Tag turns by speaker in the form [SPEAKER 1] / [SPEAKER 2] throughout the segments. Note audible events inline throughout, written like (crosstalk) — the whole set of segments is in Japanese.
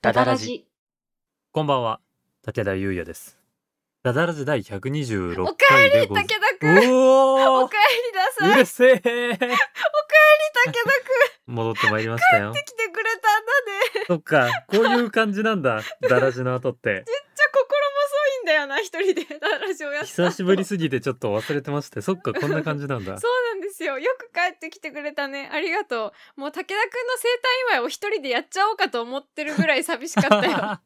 [SPEAKER 1] ダダラジ。
[SPEAKER 2] こんばんは、武田優也です。ダダラジ第126
[SPEAKER 1] おか
[SPEAKER 2] 回で
[SPEAKER 1] えり、
[SPEAKER 2] ご
[SPEAKER 1] 武
[SPEAKER 2] ざ
[SPEAKER 1] 田
[SPEAKER 2] い
[SPEAKER 1] くん。
[SPEAKER 2] お
[SPEAKER 1] お
[SPEAKER 2] お
[SPEAKER 1] かえりなさい。
[SPEAKER 2] う
[SPEAKER 1] おかえり
[SPEAKER 2] る、せえ
[SPEAKER 1] 武田くん。
[SPEAKER 2] 戻ってまいりましたよ。
[SPEAKER 1] 来てくれたんだね。
[SPEAKER 2] そっか、こういう感じなんだ、ダラジの後って。
[SPEAKER 1] じゃあ、心細いんだよな、一人でダダラジをやった。
[SPEAKER 2] 久しぶりすぎてちょっと忘れてまして、そっか、こんな感じなんだ
[SPEAKER 1] そう。なんですよ。よく帰ってきてくれたね。ありがとう。もう武田くんの生誕祝いを一人でやっちゃおうかと思ってるぐらい寂しかっ
[SPEAKER 2] (laughs)
[SPEAKER 1] たよ。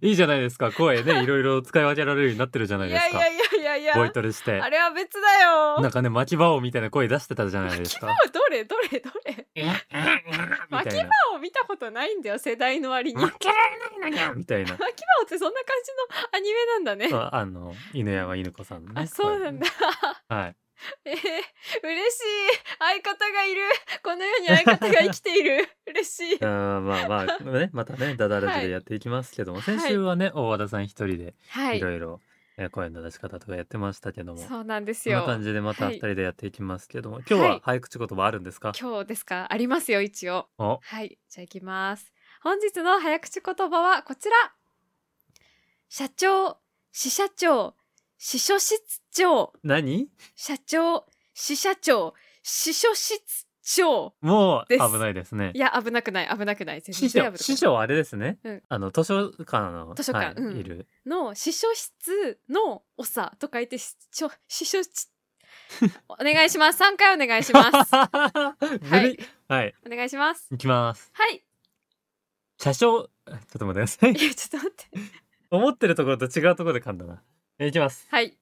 [SPEAKER 2] いいじゃないですか、声ね、いろいろ使い分けられるようになってるじゃない
[SPEAKER 1] い
[SPEAKER 2] です
[SPEAKER 1] やい
[SPEAKER 2] か
[SPEAKER 1] や。いやいやい
[SPEAKER 2] ボイ
[SPEAKER 1] や。
[SPEAKER 2] トレして
[SPEAKER 1] あ。れは別だよ。
[SPEAKER 2] な
[SPEAKER 1] も
[SPEAKER 2] んかね、巻き場王みたいな声出してたじゃないですか。
[SPEAKER 1] うどれどれどれ。
[SPEAKER 2] みた
[SPEAKER 1] 巻
[SPEAKER 2] い
[SPEAKER 1] き
[SPEAKER 2] な。
[SPEAKER 1] 場を見たことないんだよ、世代の割 (laughs) に。巻き場
[SPEAKER 2] みたいな。
[SPEAKER 1] ってそんな感じのアニメなんだね。
[SPEAKER 2] そうあの犬山犬子さんのね。
[SPEAKER 1] あ、そうなんだ。 (laughs)
[SPEAKER 2] はい。
[SPEAKER 1] えー、嬉しい相方がいるこの世に相方が生きている (laughs) 嬉しい
[SPEAKER 2] あーまあまあねまたねダダラジでやっていきますけども、
[SPEAKER 1] はい
[SPEAKER 2] 先週はね大和田さん一人で
[SPEAKER 1] はいい
[SPEAKER 2] ろいろ、えー声の出し方とかやってましたけども。
[SPEAKER 1] そうなんです
[SPEAKER 2] そんな
[SPEAKER 1] よ
[SPEAKER 2] 感じでまた
[SPEAKER 1] はい
[SPEAKER 2] 二人でやっていきますけども、今日は早口言葉あるんですか、
[SPEAKER 1] 今日ですかありますよ一応
[SPEAKER 2] お
[SPEAKER 1] はいじゃあ行きます本日の早口言葉はこちら社長支社長司書室長
[SPEAKER 2] 何
[SPEAKER 1] 社長支社長司書室長
[SPEAKER 2] もう
[SPEAKER 1] です
[SPEAKER 2] 危ないですね
[SPEAKER 1] い。や危なくない危なくない全然
[SPEAKER 2] 師
[SPEAKER 1] 危な
[SPEAKER 2] 匠
[SPEAKER 1] くない
[SPEAKER 2] 師匠はあれですね、
[SPEAKER 1] うん
[SPEAKER 2] あの図書館の
[SPEAKER 1] 図書館
[SPEAKER 2] はい
[SPEAKER 1] うん
[SPEAKER 2] いる
[SPEAKER 1] の司書室の長と書いて司書司書室お願いします3回お願いし
[SPEAKER 2] (laughs)
[SPEAKER 1] ます
[SPEAKER 2] ずるいはい
[SPEAKER 1] お願いします
[SPEAKER 2] 行きます
[SPEAKER 1] はい
[SPEAKER 2] (laughs) 車掌ち (laughs) ょっと待ってください
[SPEAKER 1] (laughs) いやちょっと待って
[SPEAKER 2] 思ってるところと違うところで噛んだな。えいきます。
[SPEAKER 1] はい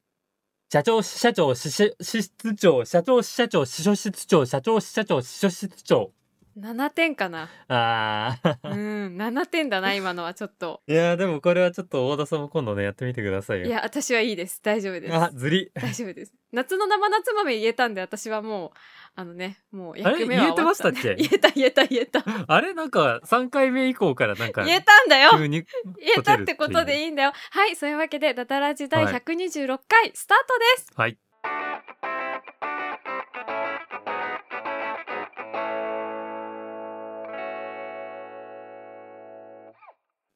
[SPEAKER 2] 社長、支社長、支社支室長、社長、支社長、支所室長、社長、支社長、支所室長。
[SPEAKER 1] 7点かな
[SPEAKER 2] あー。
[SPEAKER 1] うん7点だな今のはちょっと
[SPEAKER 2] いやーでもこれはちょっと大田さんも今度ねやってみてくださいよ。
[SPEAKER 1] いや私はいいです大丈夫です
[SPEAKER 2] あ、ずり。
[SPEAKER 1] 大丈夫です夏の生夏豆言えたんで私はもうあのねもう役目
[SPEAKER 2] あれ
[SPEAKER 1] は
[SPEAKER 2] 言えてましたっけ
[SPEAKER 1] 終わね言えた言えた言えた
[SPEAKER 2] あれなんか3回目以降からなんか
[SPEAKER 1] 言えたんだよ
[SPEAKER 2] 急に
[SPEAKER 1] 言えたってこと
[SPEAKER 2] い
[SPEAKER 1] で
[SPEAKER 2] う。
[SPEAKER 1] いいんだよはいそういうわけでダダラジ第
[SPEAKER 2] はい
[SPEAKER 1] 126回スタートです、
[SPEAKER 2] はい。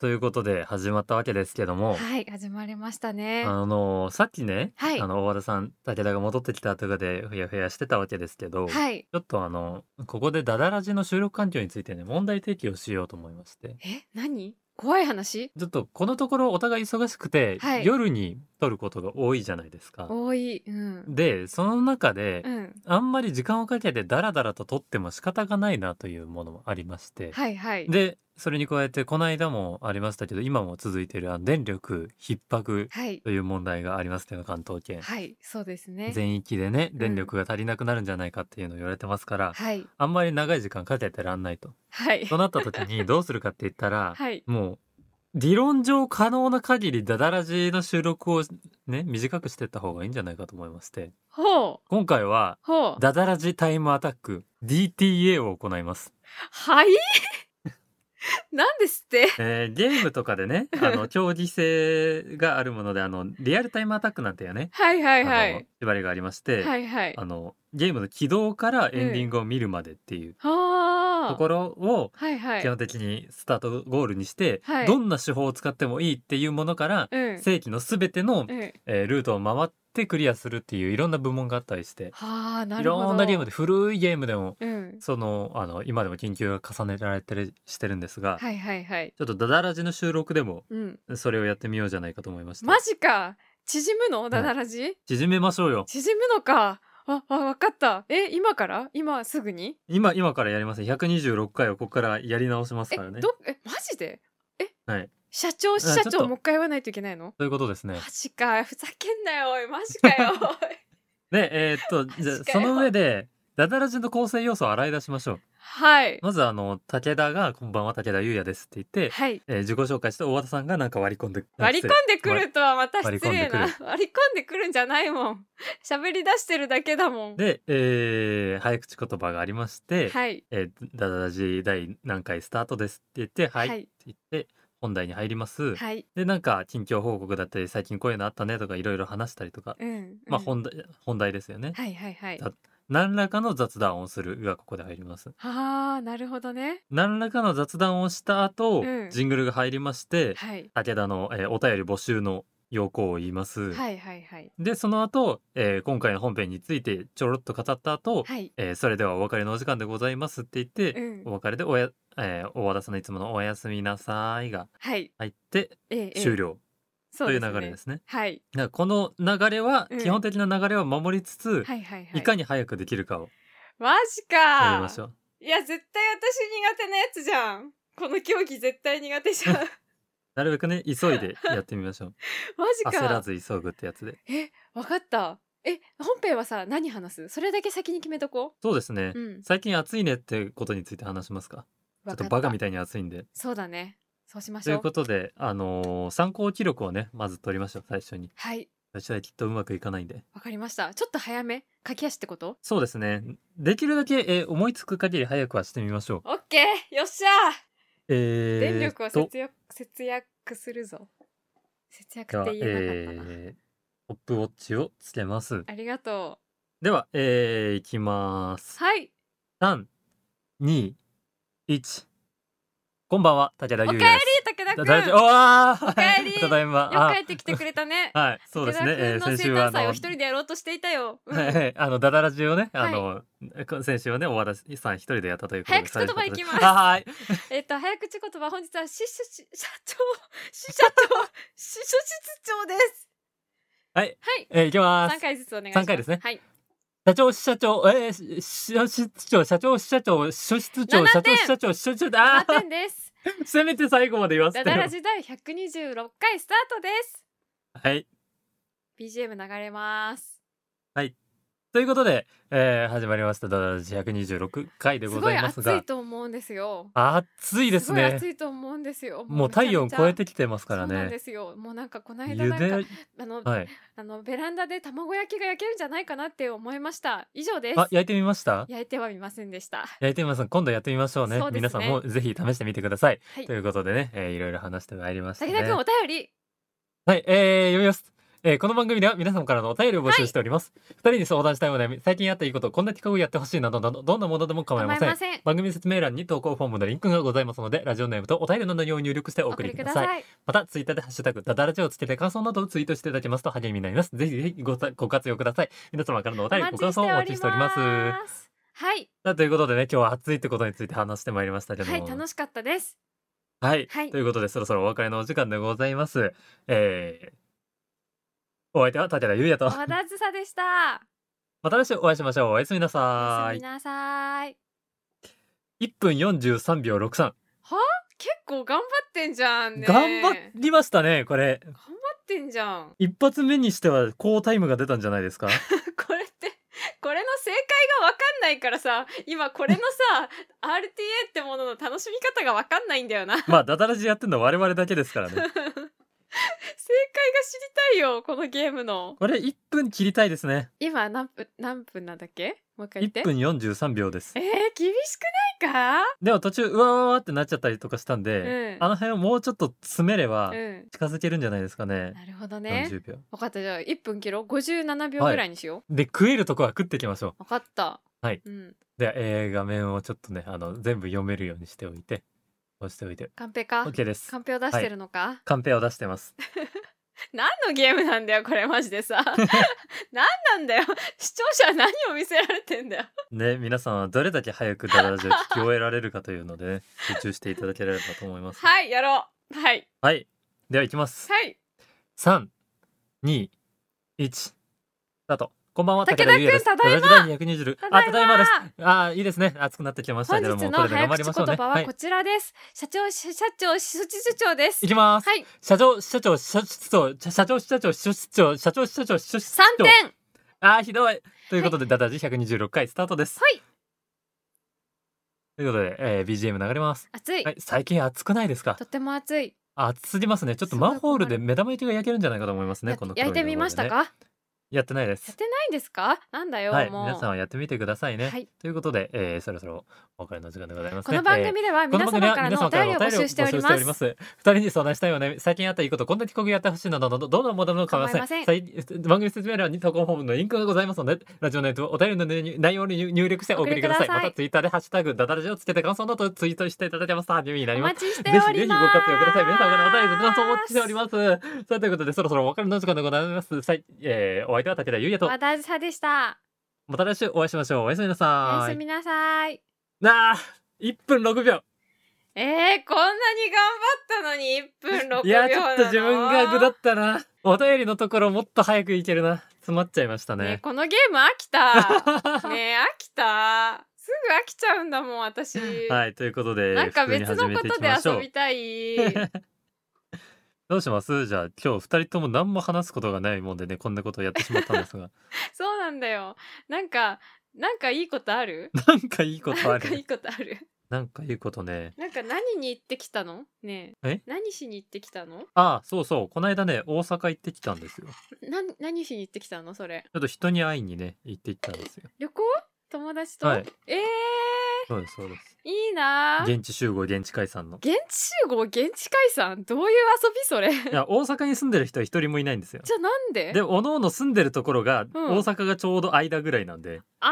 [SPEAKER 2] ということで始まったわけですけども、
[SPEAKER 1] はい、始まりましたね。
[SPEAKER 2] あのさっきね、
[SPEAKER 1] はい
[SPEAKER 2] あの大和田さん武田が戻ってきたとかでふやふやしてたわけですけど、ち
[SPEAKER 1] はい。
[SPEAKER 2] ょっとあのここでダダラジの収録環境についてね問題提起をしようと思いまして
[SPEAKER 1] え、何怖い話
[SPEAKER 2] ちょっとこのところお互い忙しくて、
[SPEAKER 1] はい
[SPEAKER 2] 夜に撮ることが多いじゃないですか。
[SPEAKER 1] 多い。うん。
[SPEAKER 2] でその中で、
[SPEAKER 1] うん。
[SPEAKER 2] あんまり時間をかけてダラダラと撮っても仕方がないなというものもありまして、
[SPEAKER 1] はいはい。
[SPEAKER 2] でそれに加えてこの間もありましたけど今も続いているあの電力逼迫
[SPEAKER 1] はい。
[SPEAKER 2] という問題がありますけど関東圏。
[SPEAKER 1] はい、そうですね。
[SPEAKER 2] 全域でね
[SPEAKER 1] ん
[SPEAKER 2] 電力が足りなくなるんじゃないかっていうのを言われてますから、
[SPEAKER 1] はい。
[SPEAKER 2] あんまり長い時間かけてらんない
[SPEAKER 1] (laughs)
[SPEAKER 2] と。
[SPEAKER 1] はい。
[SPEAKER 2] となった時にどうするかって言ったら、
[SPEAKER 1] はい。
[SPEAKER 2] もう理論上可能な限りダダラジの収録をね短くしてった方がいいんじゃないかと思いまして
[SPEAKER 1] ほう。
[SPEAKER 2] 今回は
[SPEAKER 1] ほう。
[SPEAKER 2] ダダラジタイムアタック DTA を行います、
[SPEAKER 1] はい (laughs) なんですって
[SPEAKER 2] えーゲームとかで (laughs) ねあの競技性があるものであのリアルタイムアタックなんていうね、
[SPEAKER 1] はいはいは
[SPEAKER 2] あの
[SPEAKER 1] い。
[SPEAKER 2] 縛りがありまして、
[SPEAKER 1] はいはい。
[SPEAKER 2] あのゲームの起動からエンディングを見るまでっていう
[SPEAKER 1] はあ。
[SPEAKER 2] ところを
[SPEAKER 1] はいは
[SPEAKER 2] 基
[SPEAKER 1] い。
[SPEAKER 2] 本的にスタートゴールにして、
[SPEAKER 1] はい
[SPEAKER 2] どんな手法を使ってもいいっていうものから、
[SPEAKER 1] うん。
[SPEAKER 2] 正規のすべての、
[SPEAKER 1] うん。
[SPEAKER 2] えールートを回ってクリアするっていういろんな部門があったりして
[SPEAKER 1] はあ、ないるほど。
[SPEAKER 2] ろんなゲームで古いゲームでも
[SPEAKER 1] うん。
[SPEAKER 2] そのあの今でも研究が重ねられてるしてるんですが、
[SPEAKER 1] はいはいはい。
[SPEAKER 2] ちょっとダダラジの収録でも
[SPEAKER 1] うん。
[SPEAKER 2] それをやってみようじゃないかと思いました。
[SPEAKER 1] マジか縮むのダダラジ、
[SPEAKER 2] 縮めましょうよ。
[SPEAKER 1] 縮むのか。あ、あ、わかった。え、今から今すぐに
[SPEAKER 2] 今今からやります。126回をここからやり直しますからね
[SPEAKER 1] え、。ど、え、マジでえ、
[SPEAKER 2] はい
[SPEAKER 1] 社長、支
[SPEAKER 2] ちょ
[SPEAKER 1] 社
[SPEAKER 2] っ
[SPEAKER 1] 長、
[SPEAKER 2] と
[SPEAKER 1] もう一回言わないといけないの
[SPEAKER 2] ということですね
[SPEAKER 1] マ。ジか。ふざけんなよ、おい。マジかよ。おい
[SPEAKER 2] (laughs) で、えーっと、
[SPEAKER 1] (laughs)
[SPEAKER 2] じゃあ
[SPEAKER 1] マジか
[SPEAKER 2] そ
[SPEAKER 1] よ
[SPEAKER 2] の上で、ダダラジの構成要素を洗い出しましょう。
[SPEAKER 1] はい。
[SPEAKER 2] まず、あの、武田が、こんばんは、武田優也ですって言って、
[SPEAKER 1] はい。
[SPEAKER 2] えー自己紹介して、大和田さんがなんか割り込んで、
[SPEAKER 1] 割り込んでくるとはまた失礼な。
[SPEAKER 2] 割り込ん
[SPEAKER 1] 割
[SPEAKER 2] で
[SPEAKER 1] り込んでくるんじゃないもん。喋り出してるだけだもん。
[SPEAKER 2] で、えー早口言葉がありまして、
[SPEAKER 1] はい。
[SPEAKER 2] えーダダラジ第何回スタートですって言って、はい、
[SPEAKER 1] は
[SPEAKER 2] って
[SPEAKER 1] い。
[SPEAKER 2] 言って、本題に入ります。
[SPEAKER 1] はい。
[SPEAKER 2] で、なんか、近況報告だったり、最近こういうのあったねとか、いろいろ話したりとか、
[SPEAKER 1] うん。
[SPEAKER 2] まあ
[SPEAKER 1] うん
[SPEAKER 2] 本題、本題ですよね。
[SPEAKER 1] はいはいはい。
[SPEAKER 2] だ何らかの雑談をするがここで入ります。
[SPEAKER 1] あーなるほどね
[SPEAKER 2] 何らかの雑談をした後、
[SPEAKER 1] うん
[SPEAKER 2] ジングルが入りまして、
[SPEAKER 1] はい
[SPEAKER 2] 武田の、えーお便り募集の要項を言います。
[SPEAKER 1] はいはいはい
[SPEAKER 2] で、その後、えー今回の本編についてちょろっと語った後、
[SPEAKER 1] はい
[SPEAKER 2] えーそれではお別れのお時間でございますって言って、
[SPEAKER 1] うん
[SPEAKER 2] お別れでおや、えー大和田さんのいつものおやすみなさいが
[SPEAKER 1] はい
[SPEAKER 2] 入って
[SPEAKER 1] ええええ
[SPEAKER 2] 終了
[SPEAKER 1] そ
[SPEAKER 2] という
[SPEAKER 1] ね
[SPEAKER 2] 流れですね。
[SPEAKER 1] はい
[SPEAKER 2] だからこの流れは、
[SPEAKER 1] うん
[SPEAKER 2] 基本的な流れは守りつつ、い
[SPEAKER 1] はいはいはい
[SPEAKER 2] かに早くできるかを
[SPEAKER 1] マジ
[SPEAKER 2] や
[SPEAKER 1] か
[SPEAKER 2] りましょう。
[SPEAKER 1] いや絶対私苦手なやつじゃんこの競技絶対苦手じゃんマ
[SPEAKER 2] なるべくね急いでやってみま
[SPEAKER 1] (laughs)
[SPEAKER 2] しょう。
[SPEAKER 1] ジか
[SPEAKER 2] 焦らず急ぐってやつで。
[SPEAKER 1] えわかったえ本編はさ何話すそれだけ先に決めとこ
[SPEAKER 2] そうですね。
[SPEAKER 1] ううん
[SPEAKER 2] 最近暑いねってことについて話しますか。ちょっとバカみたいに暑いんで。
[SPEAKER 1] そうだねそうしまし
[SPEAKER 2] と
[SPEAKER 1] ょ
[SPEAKER 2] いううことで、あのー参考記録をねまず取りましょう最初に。
[SPEAKER 1] はい
[SPEAKER 2] 最初はきっとうまくいかないんで。
[SPEAKER 1] わかりましたちょっと早め駆け足ってこと
[SPEAKER 2] そうですね。できるだけ、えー思いつく限り早くはしてみましょう。
[SPEAKER 1] オッケーよっしゃ
[SPEAKER 2] えー、
[SPEAKER 1] 電力を
[SPEAKER 2] と
[SPEAKER 1] 節約節約するぞ節
[SPEAKER 2] じゃ
[SPEAKER 1] 約っ
[SPEAKER 2] あ
[SPEAKER 1] て言えなかったな、
[SPEAKER 2] えートップウォッチをつけます。
[SPEAKER 1] ありがと
[SPEAKER 2] では、えー、いきます
[SPEAKER 1] う。はい
[SPEAKER 2] 三、二、一。こんばんは、武田
[SPEAKER 1] おか
[SPEAKER 2] 優
[SPEAKER 1] え
[SPEAKER 2] 也
[SPEAKER 1] り
[SPEAKER 2] です。
[SPEAKER 1] 武田く
[SPEAKER 2] だ
[SPEAKER 1] ん
[SPEAKER 2] 大丈夫。おわー
[SPEAKER 1] おかえり
[SPEAKER 2] ただいま。
[SPEAKER 1] よ
[SPEAKER 2] あ
[SPEAKER 1] く帰ってきてくれたね
[SPEAKER 2] はい、そうですね。え
[SPEAKER 1] 武
[SPEAKER 2] ー
[SPEAKER 1] 田くん
[SPEAKER 2] 先
[SPEAKER 1] の生
[SPEAKER 2] 週はあ
[SPEAKER 1] 誕祭を
[SPEAKER 2] の
[SPEAKER 1] 一。人でやろうとしていたよ、うん
[SPEAKER 2] はいはい、 (laughs) あのダダラジをね、あの、先週はね、大和田さん一人でやったということで。
[SPEAKER 1] 早口言葉いきます
[SPEAKER 2] あはい。
[SPEAKER 1] えっと早口言葉本日はししし社長し社
[SPEAKER 2] (laughs)
[SPEAKER 1] 長し所室長です
[SPEAKER 2] はい
[SPEAKER 1] はい
[SPEAKER 2] えー、いきます
[SPEAKER 1] 三。回ずつお願いしま
[SPEAKER 2] 三
[SPEAKER 1] す
[SPEAKER 2] 回ですね
[SPEAKER 1] はい
[SPEAKER 2] 社長、支社長、えー、しし支室長、社長、支社長、書室長、
[SPEAKER 1] 7
[SPEAKER 2] 社
[SPEAKER 1] 点
[SPEAKER 2] 長、支社長、支社長、あ
[SPEAKER 1] 7点です
[SPEAKER 2] (laughs) ー、せめて最後まで言わせ
[SPEAKER 1] ダ
[SPEAKER 2] て
[SPEAKER 1] ダラ
[SPEAKER 2] よ。
[SPEAKER 1] ジ第126回スタートです
[SPEAKER 2] はい。
[SPEAKER 1] BGM 流れます
[SPEAKER 2] ということで、えー、始まりました、ダダラジ126回ですご
[SPEAKER 1] ご
[SPEAKER 2] ざ
[SPEAKER 1] い
[SPEAKER 2] います
[SPEAKER 1] 暑い
[SPEAKER 2] が、
[SPEAKER 1] と思うんですよ
[SPEAKER 2] 暑いです
[SPEAKER 1] ごい
[SPEAKER 2] ね。
[SPEAKER 1] 暑いと思うんですよ
[SPEAKER 2] もう体温超えてきてます
[SPEAKER 1] き
[SPEAKER 2] から
[SPEAKER 1] そうなんで
[SPEAKER 2] ね。
[SPEAKER 1] すよもうなんかこの間
[SPEAKER 2] ゆ
[SPEAKER 1] なんか
[SPEAKER 2] で、
[SPEAKER 1] あの
[SPEAKER 2] はい。
[SPEAKER 1] あのベランダで卵焼きが焼けるんじゃないかなって思いました以上です
[SPEAKER 2] あ、焼いてみました
[SPEAKER 1] 焼いてはみませんでした
[SPEAKER 2] 焼いてみました。今度やってみましょうね。
[SPEAKER 1] そうですね
[SPEAKER 2] 皆さんもぜひ試してみてください。
[SPEAKER 1] はい
[SPEAKER 2] ということでね、えー、いろいろ話してまいりました、
[SPEAKER 1] 武
[SPEAKER 2] ね。
[SPEAKER 1] 田くんお便り
[SPEAKER 2] はい、えー、読みます。えー、この番組では皆様からのお便りを募集しております。二、人に相談したいお悩み、最近あったいいこと、こんな企画をやってほしいなどなど、どんなものでも構いません。
[SPEAKER 1] せん
[SPEAKER 2] 番組説明欄に投稿フォームのリンクがございますので、ラジオネームとお便りの内容を入力してお
[SPEAKER 1] お
[SPEAKER 2] 送
[SPEAKER 1] 送
[SPEAKER 2] り
[SPEAKER 1] り
[SPEAKER 2] く
[SPEAKER 1] く
[SPEAKER 2] だ
[SPEAKER 1] だ
[SPEAKER 2] さい。
[SPEAKER 1] さい
[SPEAKER 2] また、ツイッターでハッシュタグ、ダダラジオをつけて感想などをツイートしていただけますと励みになります。ぜひぜひごたご活用ください。皆様からのお便り、ご感想をお待ちしております。
[SPEAKER 1] すはい
[SPEAKER 2] さあということでね、今日は暑いってことについて話してまいりましたけども。
[SPEAKER 1] はい楽しかった (laughs) です
[SPEAKER 2] はい、
[SPEAKER 1] はい
[SPEAKER 2] ということでそろそろお別れのお時間でございます。えー、お相手は武田優也と、
[SPEAKER 1] 和田ずさでした
[SPEAKER 2] また来週お会いしましょう。おやすみな
[SPEAKER 1] おや
[SPEAKER 2] さー
[SPEAKER 1] すみ
[SPEAKER 2] い。
[SPEAKER 1] なさい
[SPEAKER 2] 1分43秒63。
[SPEAKER 1] 結構頑張ってんじゃんね
[SPEAKER 2] 頑張
[SPEAKER 1] 頑張
[SPEAKER 2] りましたね、これ。
[SPEAKER 1] ってんじゃん
[SPEAKER 2] 一発目にしては高タイムが出たんじゃないですか
[SPEAKER 1] (laughs) これってこれの正解がわかんないからさ今これの (laughs) さ RTA ってものの楽しみ方がわかんないんだよな (laughs) 正
[SPEAKER 2] まあ、ダダラジやってんのは我々だけですからね。
[SPEAKER 1] 解が知りたいよこのゲームの
[SPEAKER 2] これ1分切りたいですね。
[SPEAKER 1] 今何分何分なんだっけもう一回言って
[SPEAKER 2] 1分43秒です
[SPEAKER 1] え。ー、厳しくないか
[SPEAKER 2] でも途中、うわわわってなっちゃったりとかしたんで、
[SPEAKER 1] うん
[SPEAKER 2] あの辺をもうちょっと詰めれば
[SPEAKER 1] うん
[SPEAKER 2] 近づけるんじゃないですかね。
[SPEAKER 1] なるほどね
[SPEAKER 2] 40秒。
[SPEAKER 1] 分かったじゃあ1分切ろう57秒ぐらいにしよう、
[SPEAKER 2] で、食えるとこは食っていきましょう。
[SPEAKER 1] 分かった
[SPEAKER 2] はい
[SPEAKER 1] うん
[SPEAKER 2] で、えー画面をちょっとねあの全部読めるようにしておいて押しておいて
[SPEAKER 1] カンペか
[SPEAKER 2] OK です
[SPEAKER 1] カンペを出してるのか、
[SPEAKER 2] カンペを出してます
[SPEAKER 1] 何のゲームなんだよこれマジ
[SPEAKER 2] (laughs)
[SPEAKER 1] でさ何なんだよ視聴者は何を見せられてんだよ
[SPEAKER 2] ね皆さんはどれだけ早くダダラジを聞き終えられるかというので、ね、集中していただければと思います
[SPEAKER 1] はいやろうはい
[SPEAKER 2] はいではいきます
[SPEAKER 1] はい
[SPEAKER 2] 321スタートこんばんは
[SPEAKER 1] 武
[SPEAKER 2] 武
[SPEAKER 1] 田
[SPEAKER 2] 田
[SPEAKER 1] 君
[SPEAKER 2] 優也です
[SPEAKER 1] ただいま
[SPEAKER 2] ダダラジ120
[SPEAKER 1] ただいま
[SPEAKER 2] あただいまですあーいいですね暑くなってきました
[SPEAKER 1] 本
[SPEAKER 2] けど
[SPEAKER 1] 日
[SPEAKER 2] も
[SPEAKER 1] の
[SPEAKER 2] これで
[SPEAKER 1] 早
[SPEAKER 2] 頑張
[SPEAKER 1] 口
[SPEAKER 2] り
[SPEAKER 1] 言
[SPEAKER 2] ましょうね
[SPEAKER 1] 葉
[SPEAKER 2] は
[SPEAKER 1] はいこちらです、社長し社長しそち所長です
[SPEAKER 2] いきます、
[SPEAKER 1] はい
[SPEAKER 2] 社長支社長支社室長社社長支社長支社室長社長支社長支社室
[SPEAKER 1] 3
[SPEAKER 2] 長
[SPEAKER 1] 点
[SPEAKER 2] あーひどいということで、ダダジ126回スタートです。
[SPEAKER 1] はい
[SPEAKER 2] ということで、えー BGM 流れます。
[SPEAKER 1] 暑い、
[SPEAKER 2] はい、最近暑くないですか
[SPEAKER 1] とても暑い
[SPEAKER 2] 暑すぎますね。ちょっと
[SPEAKER 1] すごい
[SPEAKER 2] マンホールで目玉焼きが焼けるんじゃないかと思いますね、
[SPEAKER 1] や
[SPEAKER 2] この黒
[SPEAKER 1] 焼いてみましたか
[SPEAKER 2] やってないで
[SPEAKER 1] やっ
[SPEAKER 2] す。
[SPEAKER 1] てないんですかなんだよ、
[SPEAKER 2] はい、
[SPEAKER 1] もう
[SPEAKER 2] 皆さんはやってみてくださいね。
[SPEAKER 1] はい
[SPEAKER 2] ということで、えー、そろそろお別れの時間でございます
[SPEAKER 1] こ
[SPEAKER 2] ね。
[SPEAKER 1] の番
[SPEAKER 2] えー
[SPEAKER 1] 組では
[SPEAKER 2] こ
[SPEAKER 1] 皆
[SPEAKER 2] の番組
[SPEAKER 1] 様
[SPEAKER 2] は
[SPEAKER 1] から
[SPEAKER 2] 皆
[SPEAKER 1] の
[SPEAKER 2] 様
[SPEAKER 1] お
[SPEAKER 2] か
[SPEAKER 1] 便
[SPEAKER 2] ら
[SPEAKER 1] り
[SPEAKER 2] のお便りを募
[SPEAKER 1] を募集
[SPEAKER 2] 集
[SPEAKER 1] し
[SPEAKER 2] してて
[SPEAKER 1] お
[SPEAKER 2] お
[SPEAKER 1] り
[SPEAKER 2] り
[SPEAKER 1] ます。
[SPEAKER 2] ます。二人に相談したいお悩み、最近あったいいこと、こんな企画やってほしいなどなど、どんなものなのかは
[SPEAKER 1] 構いません
[SPEAKER 2] さい番組説明欄に投稿フォームのリンクがございますので、ラジオネットお便りの内容に内容に入力してお送りください。
[SPEAKER 1] お送りください
[SPEAKER 2] またツイッターでハッシュタグダダラジをつけて感想などをツイートしていただけますと励みにな
[SPEAKER 1] お
[SPEAKER 2] ります。
[SPEAKER 1] 待ちして
[SPEAKER 2] ぜ
[SPEAKER 1] お
[SPEAKER 2] ひぜ
[SPEAKER 1] り
[SPEAKER 2] ひご
[SPEAKER 1] ます。
[SPEAKER 2] 活用ください。皆様からのお便りご感想をお待ちしております。さあ、ということで、そろそろお別れの時間でございます。さい、えー、お相手は武田優也と、
[SPEAKER 1] 私さでした。
[SPEAKER 2] また来週お会いしましょう。おやすみな
[SPEAKER 1] お
[SPEAKER 2] さ
[SPEAKER 1] やす
[SPEAKER 2] い。
[SPEAKER 1] みなさい。
[SPEAKER 2] なあ、1分6秒。
[SPEAKER 1] えー、こんなに頑張ったのに1分6秒なの
[SPEAKER 2] いや、ちょっと自分がぐだったな。お便りのところもっと早くいけるな。詰まっちゃいました
[SPEAKER 1] ね
[SPEAKER 2] ね。
[SPEAKER 1] このゲーム飽きた。
[SPEAKER 2] (laughs)
[SPEAKER 1] ねえ飽きた。すぐ飽きちゃうんだもん私。
[SPEAKER 2] はい、ということで、
[SPEAKER 1] なんか
[SPEAKER 2] 普通に
[SPEAKER 1] 別
[SPEAKER 2] 始
[SPEAKER 1] の
[SPEAKER 2] めて
[SPEAKER 1] こ
[SPEAKER 2] い
[SPEAKER 1] と
[SPEAKER 2] き
[SPEAKER 1] で
[SPEAKER 2] ましょ
[SPEAKER 1] 遊
[SPEAKER 2] う
[SPEAKER 1] び。たい。
[SPEAKER 2] どうしますじゃあ、今日2人とも何も話すことがないもんでね、こんなことをやってしまったん
[SPEAKER 1] (laughs)
[SPEAKER 2] ですが。
[SPEAKER 1] そうなんだよ。なんかなんかいいことある？
[SPEAKER 2] なんかいいこと
[SPEAKER 1] な
[SPEAKER 2] あ
[SPEAKER 1] んかい
[SPEAKER 2] る。
[SPEAKER 1] いことある。
[SPEAKER 2] なんかいいことね。
[SPEAKER 1] (laughs) なんか何に行ってきたの？ねえ
[SPEAKER 2] え
[SPEAKER 1] 何しに行ってきたの？
[SPEAKER 2] ああ、そうそう。この間ね、大阪行ってきたんですよ。
[SPEAKER 1] な何しに行ってきたのそれ？
[SPEAKER 2] ちょっと人に会いにね、行ってきたんですよ。
[SPEAKER 1] 旅行？友達と？
[SPEAKER 2] はい
[SPEAKER 1] え
[SPEAKER 2] そうです、そうです。
[SPEAKER 1] ー、いいなー。
[SPEAKER 2] 現地集合、現地解散
[SPEAKER 1] (laughs)
[SPEAKER 2] の。
[SPEAKER 1] 現地集合現地解散どういう遊びそれ？ (laughs)
[SPEAKER 2] いや、大阪に住んでる人は一人もいないんですよ。
[SPEAKER 1] じゃあなんで？
[SPEAKER 2] で、おのおの住んでるところが、
[SPEAKER 1] ん
[SPEAKER 2] 大阪がちょうど間ぐらいなんで、
[SPEAKER 1] あ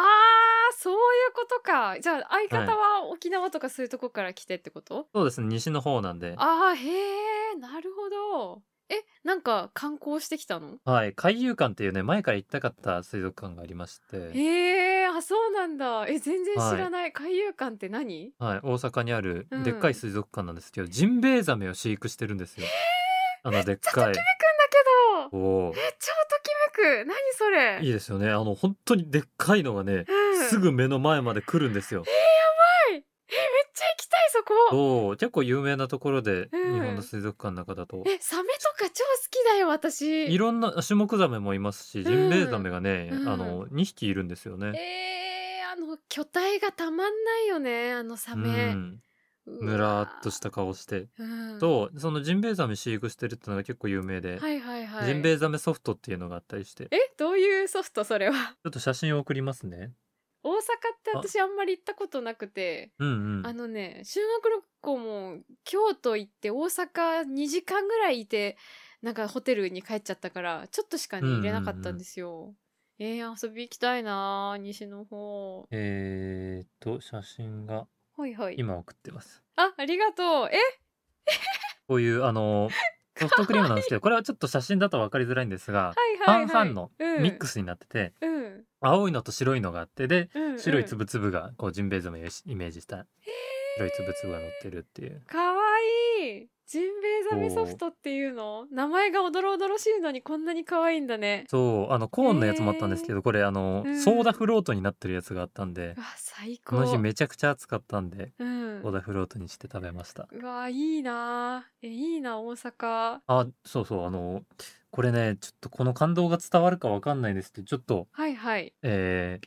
[SPEAKER 1] ーそういうことかじゃあ相方は沖縄とかそういうとこから来てってこと、
[SPEAKER 2] そうですね、西の方なんで。
[SPEAKER 1] あーへえなるほどえなんか観光してきたの
[SPEAKER 2] はい、海遊館っていうね、前から行きたかった水族館がありまして、
[SPEAKER 1] へえあそうなんだえ全然知らない、海遊館って何
[SPEAKER 2] はい、大阪にある
[SPEAKER 1] うん
[SPEAKER 2] でっかい水族館なんですけど、ジンベエザメを飼育してるんですよ。あの、でっかい。
[SPEAKER 1] だけど
[SPEAKER 2] おー
[SPEAKER 1] え超ときめく何それ
[SPEAKER 2] いいですよね。あの、本当にでっかいのがね、
[SPEAKER 1] うん
[SPEAKER 2] すぐ目の前まで来るんですよ。
[SPEAKER 1] めっちゃ行きたいそこ
[SPEAKER 2] そう結構有名なところで、
[SPEAKER 1] うん
[SPEAKER 2] 日本の水族館の中だと
[SPEAKER 1] えサメとか超好きだよ私
[SPEAKER 2] いろんなシュモクザメもいますしジンベエザメがね、
[SPEAKER 1] うん
[SPEAKER 2] あの2匹いるんですよね。
[SPEAKER 1] えー、あの巨体がたまんないよねあのサ
[SPEAKER 2] う
[SPEAKER 1] メ、
[SPEAKER 2] ん
[SPEAKER 1] うわ
[SPEAKER 2] ぬらーっとした顔して、
[SPEAKER 1] うん、
[SPEAKER 2] とそのジンベエザメ飼育してるってのが結構有名で、
[SPEAKER 1] はいはいはい
[SPEAKER 2] ジンベエザメソフトっていうのがあったりしてち
[SPEAKER 1] えどういうソフトそれは
[SPEAKER 2] ょっと写真を送りますね。
[SPEAKER 1] 大阪って私あんまり行ったことなくて
[SPEAKER 2] うんうん、
[SPEAKER 1] あのね修学旅行も京都行って大阪2時間ぐらいいてなんかホテルに帰っちゃったからちょっとしか
[SPEAKER 2] うん
[SPEAKER 1] ね
[SPEAKER 2] うんうん
[SPEAKER 1] 入れなかったんですよ、えー、遊び行きたいなー西の方
[SPEAKER 2] えー、っと写真が
[SPEAKER 1] はいはい
[SPEAKER 2] 今送ってます。
[SPEAKER 1] あありがとうえ
[SPEAKER 2] こういうあ
[SPEAKER 1] (laughs)
[SPEAKER 2] のソフトクリームなんですけどこれはちょっと写真だと分かりづらいんですが、
[SPEAKER 1] はいはいはい
[SPEAKER 2] 半々のミック
[SPEAKER 1] ス
[SPEAKER 2] スになってて、
[SPEAKER 1] うん、うん
[SPEAKER 2] 青いのと白いのがあってで
[SPEAKER 1] うんうん、
[SPEAKER 2] 白いつぶつぶがこうジンベエザメをイメージした白いつぶつぶが乗ってるっていう
[SPEAKER 1] かわいいジンベエザメソフトっていうの名前がおどろおどろしいのにこんなに可愛いんだね
[SPEAKER 2] そうあのコーンのやつもあったんですけどこれあの
[SPEAKER 1] うん
[SPEAKER 2] ソーダフロートになってるやつがあったんで
[SPEAKER 1] うわ最
[SPEAKER 2] こ
[SPEAKER 1] 高
[SPEAKER 2] の日めちゃくちゃ暑かったんで
[SPEAKER 1] うん
[SPEAKER 2] ソーダフロートにして食べました
[SPEAKER 1] うわいいなぁえいいな大阪
[SPEAKER 2] あそうそうあのこれねちょっとこの感動が伝わるかわかんないですけどちょっと
[SPEAKER 1] はいはい
[SPEAKER 2] え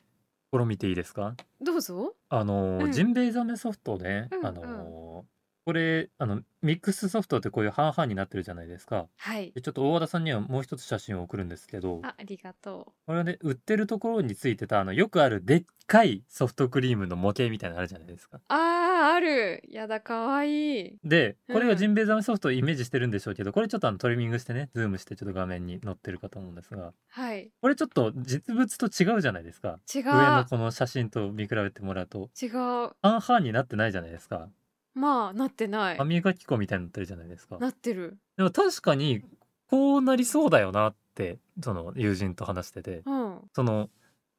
[SPEAKER 2] ー、試みていいですか
[SPEAKER 1] どうぞ
[SPEAKER 2] あのー、
[SPEAKER 1] うん
[SPEAKER 2] ジンベエザメソフトね、
[SPEAKER 1] うんうん
[SPEAKER 2] あのーこれあのミックスソフトってこういう半々になってるじゃないですか
[SPEAKER 1] はい
[SPEAKER 2] でちょっと大和田さんにはもう一つ写真を送るんですけど
[SPEAKER 1] あありがと
[SPEAKER 2] これで売ってるところについてたあのよくあるでっかいソフトクリームの模型みたいなのあるじゃないですか。
[SPEAKER 1] うあーあるやだかわいい
[SPEAKER 2] でこれ
[SPEAKER 1] う
[SPEAKER 2] は
[SPEAKER 1] ん
[SPEAKER 2] ジンベエザメソフトをイメージしてるんでしょうけどこれちょっとあのトリミングしてねズームしてちょっと画面に載ってるかと思うんですが
[SPEAKER 1] はい
[SPEAKER 2] これちょっと実物と違うじゃないですか。
[SPEAKER 1] 違う
[SPEAKER 2] 上のこの写真と見比べてもらうと
[SPEAKER 1] 違う
[SPEAKER 2] 半々になってないじゃないですか
[SPEAKER 1] まあなってない
[SPEAKER 2] 歯磨き粉みたいになってるじゃないですか
[SPEAKER 1] なってる
[SPEAKER 2] でも確かにこうなりそうだよなってその友人と話してて
[SPEAKER 1] うん
[SPEAKER 2] その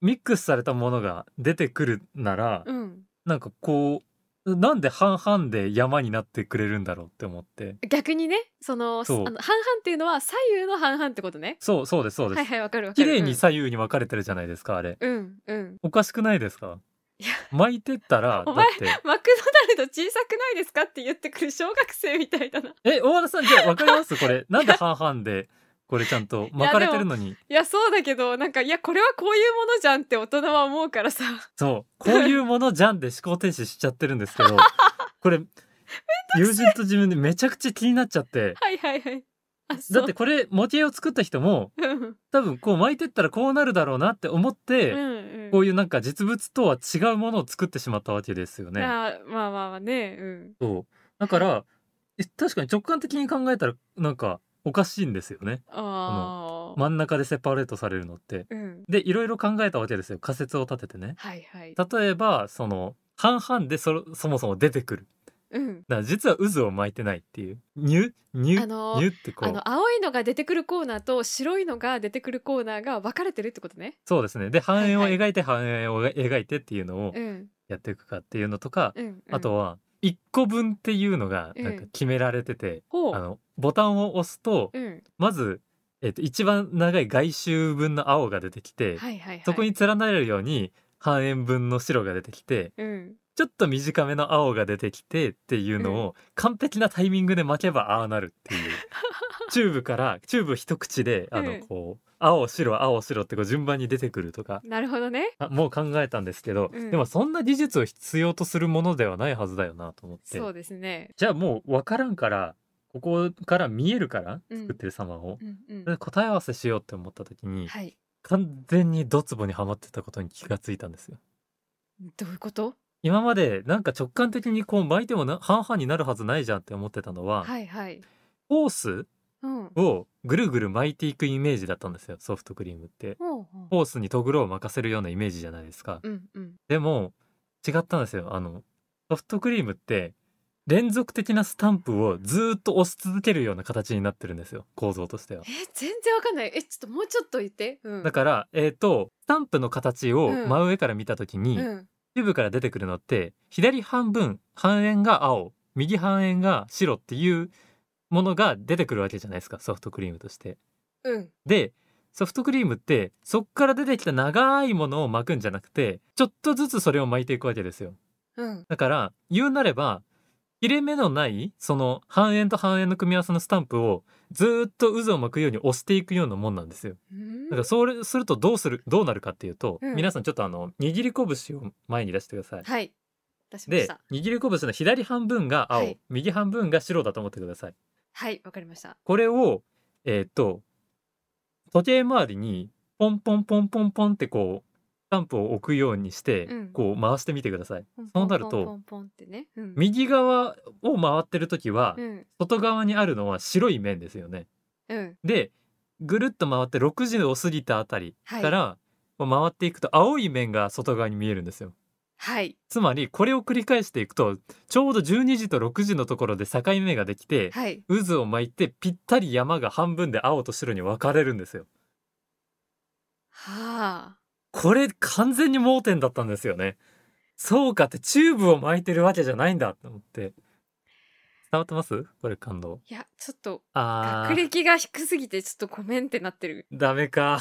[SPEAKER 2] ミックスされたものが出てくるなら、
[SPEAKER 1] うん
[SPEAKER 2] なんかこうなんで半々で山になってくれるんだろうって思って
[SPEAKER 1] 逆にねその
[SPEAKER 2] そう
[SPEAKER 1] あの半々っていうのは左右の半々ってことね
[SPEAKER 2] そうそうですそうです、
[SPEAKER 1] はいはいわかるわか
[SPEAKER 2] 綺
[SPEAKER 1] る
[SPEAKER 2] 麗に左右に分かれてるじゃないですかあれ
[SPEAKER 1] うんうん、うん、
[SPEAKER 2] おかしくないですか
[SPEAKER 1] いや
[SPEAKER 2] 巻いてったらだ
[SPEAKER 1] お
[SPEAKER 2] っ
[SPEAKER 1] 前
[SPEAKER 2] て
[SPEAKER 1] マクドナルド小さくないですかって言ってくる小学生みたいだな
[SPEAKER 2] え大和田さんじゃあ分かりますこ
[SPEAKER 1] (laughs)
[SPEAKER 2] れなんで半々でこれちゃんと巻かれてるのに
[SPEAKER 1] いやそうだけどなんかいやこれはこういうものじゃんって大人は思うからさ (laughs)
[SPEAKER 2] そうこういうものじゃんで思考停止しちゃってるんですけ
[SPEAKER 1] (laughs)
[SPEAKER 2] どこれ友人と自分でめちゃくちゃ気になっちゃって
[SPEAKER 1] はいはいはいあそ
[SPEAKER 2] だ
[SPEAKER 1] う
[SPEAKER 2] ってこれ模型を作った人も
[SPEAKER 1] うん
[SPEAKER 2] 多分こう巻いてったらこうなるだろうなって思って、
[SPEAKER 1] うんうん
[SPEAKER 2] こういうなんか実物とは違うものを作ってしまったわけですよね。
[SPEAKER 1] あーまあまあまあねうん
[SPEAKER 2] そうだからえ確かに直感的に考えたらなんかおかしいんですよね
[SPEAKER 1] ああ、
[SPEAKER 2] 真ん中でセパレートされるのって。
[SPEAKER 1] うん
[SPEAKER 2] でいろいろ考えたわけですよ仮説を立ててね。
[SPEAKER 1] はいはい
[SPEAKER 2] 例えばその半々でそろそもそも出てくる
[SPEAKER 1] うん
[SPEAKER 2] だから実は渦を巻いてないっていうニュニュ、
[SPEAKER 1] あのー
[SPEAKER 2] ニュってこ
[SPEAKER 1] あ
[SPEAKER 2] う
[SPEAKER 1] の青いのが出てくるコーナーと白いのが出てくるコーナーが分かれてるってことね
[SPEAKER 2] そうですねで半円を
[SPEAKER 1] はいはい
[SPEAKER 2] 描いて半円を描いてっていうのを
[SPEAKER 1] うん
[SPEAKER 2] やっていくかっていうのとか、
[SPEAKER 1] うん、うん、
[SPEAKER 2] あとは1個分っていうのがなんか
[SPEAKER 1] うん
[SPEAKER 2] 決められてて、
[SPEAKER 1] ほ
[SPEAKER 2] あ
[SPEAKER 1] う
[SPEAKER 2] のボタンを押すと、
[SPEAKER 1] うん
[SPEAKER 2] まず、えっと一番長い外周分の青が出てきて、
[SPEAKER 1] はいはいはい
[SPEAKER 2] そこに連なれるように半円分の白が出てきて
[SPEAKER 1] うん
[SPEAKER 2] ちょっと短めの青が出てきてっていうのを完璧なタイミングで巻けばああなるっていう
[SPEAKER 1] (laughs)
[SPEAKER 2] チューブからチューブ一口であ
[SPEAKER 1] う
[SPEAKER 2] の
[SPEAKER 1] ん
[SPEAKER 2] こう青白青白ってこう順番に出てくるとか
[SPEAKER 1] なるほどね
[SPEAKER 2] あもう考えたんですけど、
[SPEAKER 1] うん
[SPEAKER 2] でもそんな技術を必要とするものではないはずだよなと思って
[SPEAKER 1] そうですね
[SPEAKER 2] じゃあもう分からんからここから見えるから
[SPEAKER 1] うん
[SPEAKER 2] 作ってる様を、
[SPEAKER 1] うんうん
[SPEAKER 2] で答え合わせしようって思った時に、
[SPEAKER 1] はい
[SPEAKER 2] 完全にドツボにはまってたことに気がついたんですよ。
[SPEAKER 1] どういうこと
[SPEAKER 2] 今までなんか直感的にこう巻いてもな半々になるはずないじゃんって思ってたのは、
[SPEAKER 1] はいはい
[SPEAKER 2] ホース
[SPEAKER 1] うん
[SPEAKER 2] をぐるぐる巻いていくイメージだったんですよソフトクリームって。
[SPEAKER 1] ほうほう
[SPEAKER 2] ホースにトグロを巻かせるようなイメージじゃないですか。
[SPEAKER 1] うんうん
[SPEAKER 2] でも違ったんですよあのソフトクリームって連続的なスタンプをずーっと押し続けるような形になってるんですよ構造としては
[SPEAKER 1] え。全然わかんないえちょっともうちょっと言ってうん
[SPEAKER 2] だからえっ、とスタンプの形を
[SPEAKER 1] うん
[SPEAKER 2] 真上から見た時に、
[SPEAKER 1] うん
[SPEAKER 2] チューブから出てくるのって左半分半円が青右半円が白っていうものが出てくるわけじゃないですかソフトクリームとして。
[SPEAKER 1] うん
[SPEAKER 2] でソフトクリームってそっから出てきた長いものを巻くんじゃなくてちょっとずつそれを巻いていくわけですよ。
[SPEAKER 1] うん
[SPEAKER 2] だから言うなれば切れ目のないその半円と半円の組み合わせのスタンプをずーっと渦を巻くように押していくようなもんなんですよ。
[SPEAKER 1] うん
[SPEAKER 2] だからそうするとどうするどうなるかっていうと、
[SPEAKER 1] うん
[SPEAKER 2] 皆さんちょっとあの握り拳を前に出してください。
[SPEAKER 1] はい出しまし
[SPEAKER 2] で
[SPEAKER 1] た
[SPEAKER 2] 握り拳の左半分が青、
[SPEAKER 1] はい
[SPEAKER 2] 右半分が白だと思ってください。
[SPEAKER 1] はいわかりました
[SPEAKER 2] これをえーっと時計回りにポンポンポンポンポンってこうスタンプを置くようにして、
[SPEAKER 1] うん
[SPEAKER 2] こう回してみてください。
[SPEAKER 1] ポン
[SPEAKER 2] なると
[SPEAKER 1] ポンポンポンってねうん
[SPEAKER 2] 右側を回ってる時は、
[SPEAKER 1] うん
[SPEAKER 2] 外側にあるのは白い面ですよね。
[SPEAKER 1] うん
[SPEAKER 2] でぐるっと回って6時を過ぎたあたり
[SPEAKER 1] はい
[SPEAKER 2] から、こう回っていくと青い面が外側に見えるんですよ。
[SPEAKER 1] はい
[SPEAKER 2] つまりこれを繰り返していくとちょうど12時と6時のところで境目ができて、
[SPEAKER 1] はい
[SPEAKER 2] 渦を巻いてぴったり山が半分で青と白に分かれるんですよ。
[SPEAKER 1] はあ
[SPEAKER 2] これ完全に盲点だったんですよね。そうかってチューブを巻いてるわけじゃないんだと思って。伝わってますこれ感動。
[SPEAKER 1] いやちょっと
[SPEAKER 2] あ
[SPEAKER 1] 学
[SPEAKER 2] ー、
[SPEAKER 1] 歴が低すぎてちょっとごめんってなっ
[SPEAKER 2] (laughs)
[SPEAKER 1] てる
[SPEAKER 2] ダメ
[SPEAKER 1] (laughs)
[SPEAKER 2] か。